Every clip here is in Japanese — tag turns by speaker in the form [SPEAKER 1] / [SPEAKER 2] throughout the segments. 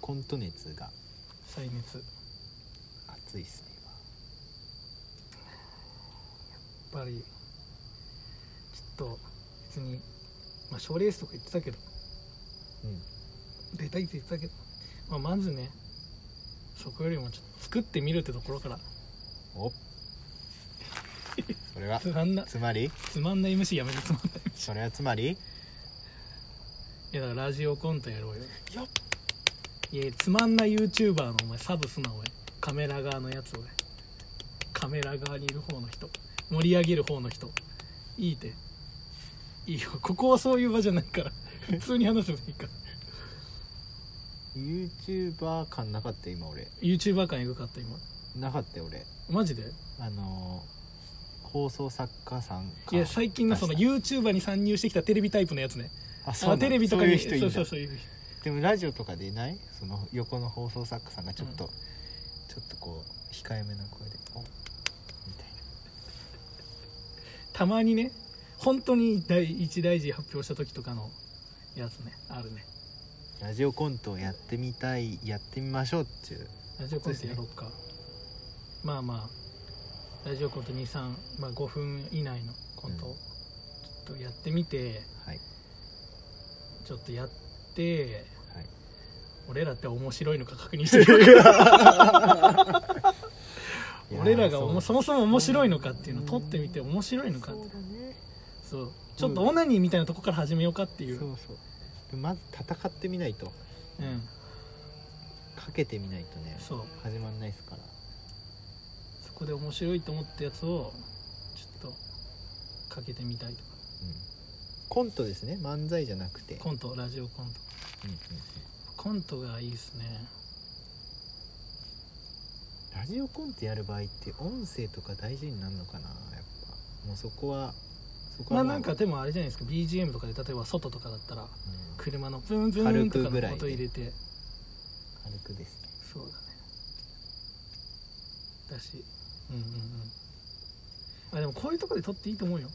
[SPEAKER 1] コント熱が
[SPEAKER 2] 再熱
[SPEAKER 1] 熱いっすね
[SPEAKER 2] やっぱりちょっと別にまあ賞レースとか言ってたけど
[SPEAKER 1] 今うん
[SPEAKER 2] 出たいって言ってたけど、まあ、まずねそこよりもちょっと作ってみるってところから
[SPEAKER 1] おそれは
[SPEAKER 2] つまんな
[SPEAKER 1] つまり
[SPEAKER 2] つまんない MC やめてつまんない
[SPEAKER 1] それはつまり
[SPEAKER 2] いやだからラジオコントやろうよ
[SPEAKER 1] よっ
[SPEAKER 2] いやつまんない YouTuber のお前サブすなおいカメラ側のやつおいカメラ側にいる方の人盛り上げる方の人いいていいよここはそういう場じゃないから普通に話せばいいから
[SPEAKER 1] YouTuber 感なかった今俺
[SPEAKER 2] YouTuber 感エグかった今
[SPEAKER 1] なかったよ俺
[SPEAKER 2] マジで
[SPEAKER 1] あのー放送作家さん
[SPEAKER 2] い
[SPEAKER 1] か
[SPEAKER 2] や最近のその YouTuber に参入してきたテレビタイプのやつね
[SPEAKER 1] あそう
[SPEAKER 2] あ
[SPEAKER 1] なん
[SPEAKER 2] テレビとかに
[SPEAKER 1] そういう人いるんだ
[SPEAKER 2] そうそうそういう
[SPEAKER 1] でもラジオとかでいないその横の放送作家さんがちょっと、ちょっとこう控えめな声で「おみたい
[SPEAKER 2] たまにね本当に第一大事発表した時とかのやつねあるね
[SPEAKER 1] なラジオコントをやってみたいやってみましょうっていう
[SPEAKER 2] ラジオコントやろうかまあまあラジオコント23、まあ、5分以内のコント
[SPEAKER 1] う
[SPEAKER 2] を
[SPEAKER 1] ん
[SPEAKER 2] ちょっとやってみて
[SPEAKER 1] はい
[SPEAKER 2] ちょっとやって
[SPEAKER 1] はい
[SPEAKER 2] 俺らって面白いのか確認してる
[SPEAKER 1] いやー
[SPEAKER 2] 俺らがおも
[SPEAKER 1] そ
[SPEAKER 2] そもそも面白いのかっていうのを撮ってみて面白いのかって
[SPEAKER 1] うだね
[SPEAKER 2] そうちょっとオナニーみたいなとこから始めようかっていう
[SPEAKER 1] そうそうでまず戦ってみないと
[SPEAKER 2] うん
[SPEAKER 1] かけてみないとね
[SPEAKER 2] そう
[SPEAKER 1] 始まんないですから
[SPEAKER 2] そこで面白いと思ったやつをちょっとかけてみたいとか
[SPEAKER 1] コントですね漫才じゃなくて
[SPEAKER 2] コントラジオコント
[SPEAKER 1] うんうんうん
[SPEAKER 2] コントがいいですね
[SPEAKER 1] ラジオコントやる場合って音声とか大事になるのかなやっぱもうそこはそこ
[SPEAKER 2] ま
[SPEAKER 1] は
[SPEAKER 2] あ
[SPEAKER 1] もう
[SPEAKER 2] なんかでもあれじゃないですか BGM とかで例えば外とかだったら
[SPEAKER 1] うん軽
[SPEAKER 2] 車のブンブンと
[SPEAKER 1] 軽
[SPEAKER 2] か
[SPEAKER 1] くぐら
[SPEAKER 2] の
[SPEAKER 1] い
[SPEAKER 2] 音
[SPEAKER 1] で
[SPEAKER 2] 入れて
[SPEAKER 1] くですね
[SPEAKER 2] そうだねだしうんうんうんあでもこういうとこで撮っていいと思うよ、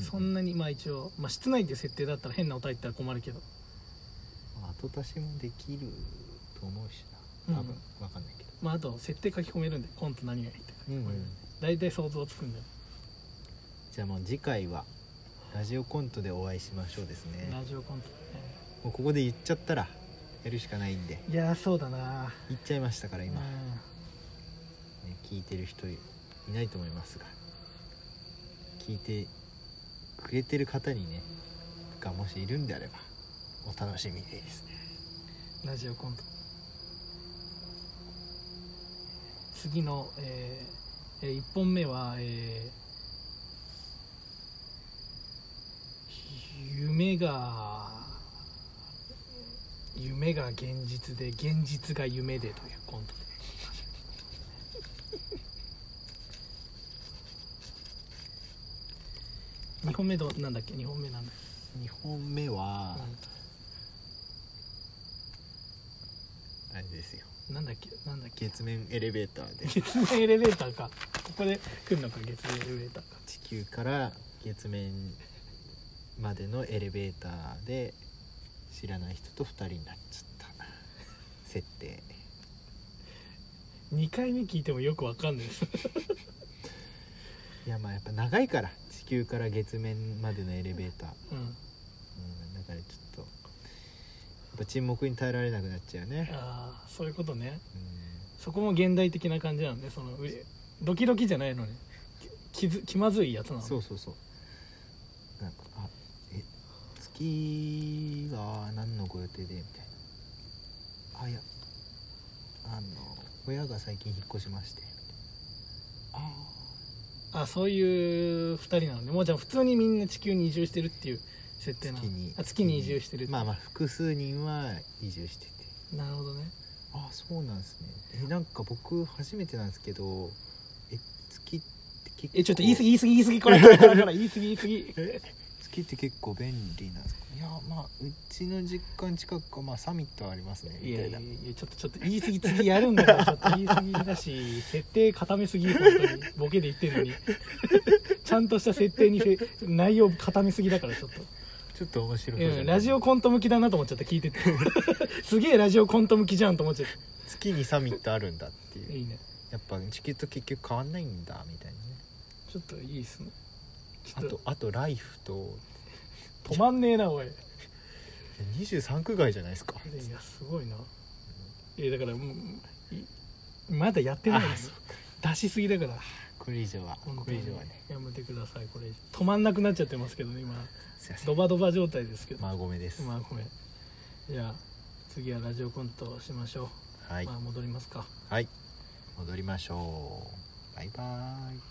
[SPEAKER 2] そん
[SPEAKER 1] な
[SPEAKER 2] なにまあ一応、まあ、室内で設定だったら変な音入ったら困るけど
[SPEAKER 1] 後足しもできると思うしな多分
[SPEAKER 2] うん
[SPEAKER 1] わかんないけど
[SPEAKER 2] まああと設定書き込めるんでコント何がいいって書き込めるんで、
[SPEAKER 1] うんうん
[SPEAKER 2] 大体想像つくんだよ
[SPEAKER 1] じゃあもう次回はラジオコントでお会いしましょうですね
[SPEAKER 2] ラジオコントね
[SPEAKER 1] もうここで言っちゃったらやるしかないんで
[SPEAKER 2] いやーそうだな
[SPEAKER 1] 言っちゃいましたから今、ね、
[SPEAKER 2] う
[SPEAKER 1] 聞いてる人いないと思いますが聞いてくれてる方にねがもしいるんであればお楽しみでですね
[SPEAKER 2] んラジオコント次の、えーえー、1本目は、えー夢が夢が現実で現実が夢でというコントで2本目どなんだっけ2本目なんだっ
[SPEAKER 1] 2本目は、
[SPEAKER 2] け
[SPEAKER 1] あれですよ
[SPEAKER 2] なんだっけなんだっけ
[SPEAKER 1] 月面エレベーターで
[SPEAKER 2] 月面エレベーターかここで来るのか月面エレベーターか
[SPEAKER 1] 地球から月面までのエレベーターで知らない人と2人になっちゃった設定
[SPEAKER 2] 2回目聞いてもよくわかんないです
[SPEAKER 1] いやまあやっぱ長いから地球から月面までのエレベーター、
[SPEAKER 2] うん
[SPEAKER 1] うん、だからちょっとやっぱ沈黙に耐えられなくなっちゃうね、
[SPEAKER 2] ああそういうことね
[SPEAKER 1] うん
[SPEAKER 2] そこも現代的な感じなんでそのうドキドキじゃないのねき気づ気まずいやつなの
[SPEAKER 1] そうそうそうなんかあえ月は何のご予定でみたいなあいやあの親が最近引っ越しましてあ
[SPEAKER 2] あそういう2人なのでもうじゃあ普通にみんな地球に移住してるっていう設定なの
[SPEAKER 1] 月に
[SPEAKER 2] あ月に移住してる、
[SPEAKER 1] まあまあ複数人は移住してて
[SPEAKER 2] なるほどね
[SPEAKER 1] あそうなんですねえなんか僕初めてなんですけどえ月って結構
[SPEAKER 2] えちょっと言い過ぎ言い過ぎ言い過ぎ これこれこれこれ言い過ぎ言い過ぎ
[SPEAKER 1] え月って結構便利なんですかいやまあうちの実家の近くはまあサミットありますね
[SPEAKER 2] い
[SPEAKER 1] み
[SPEAKER 2] や
[SPEAKER 1] た
[SPEAKER 2] い
[SPEAKER 1] いな
[SPEAKER 2] やいやちょっとちょっと言い過ぎ次やるん だからちょっと言い過ぎだし設定固めすぎ本当にボケで言ってるのにちゃんとした設定にせ内容固めすぎだからちょっと
[SPEAKER 1] ちちょっと面白い
[SPEAKER 2] うんラジオコント向きだなと思っちゃった聞 いててすげえラジオコント向きじゃんと思っちゃっ
[SPEAKER 1] 月にサミットあるんだって
[SPEAKER 2] た
[SPEAKER 1] いう
[SPEAKER 2] いいね
[SPEAKER 1] やっぱ地球と結局変わんないんだみたいなね
[SPEAKER 2] ちょっといいっすねち
[SPEAKER 1] あ
[SPEAKER 2] ょっ
[SPEAKER 1] と
[SPEAKER 2] と
[SPEAKER 1] あとライフと
[SPEAKER 2] 止まんねえなおいい
[SPEAKER 1] 23区外じゃないですか
[SPEAKER 2] やすごいなえだからもういまだやってないの
[SPEAKER 1] あそう
[SPEAKER 2] 出しすぎだから
[SPEAKER 1] これ以上は
[SPEAKER 2] 本
[SPEAKER 1] こ
[SPEAKER 2] 当
[SPEAKER 1] れ
[SPEAKER 2] に
[SPEAKER 1] 以上はね
[SPEAKER 2] やめてくださいこれ止まんなくなっちゃってますけどね今
[SPEAKER 1] すいませ
[SPEAKER 2] ド
[SPEAKER 1] ん
[SPEAKER 2] バドバ状態ですけど
[SPEAKER 1] まあごめんです、
[SPEAKER 2] まあごめんじゃあ次はラジオコントをしましょう、
[SPEAKER 1] はい、
[SPEAKER 2] まあ戻りますか
[SPEAKER 1] はい戻りましょうバイバーイ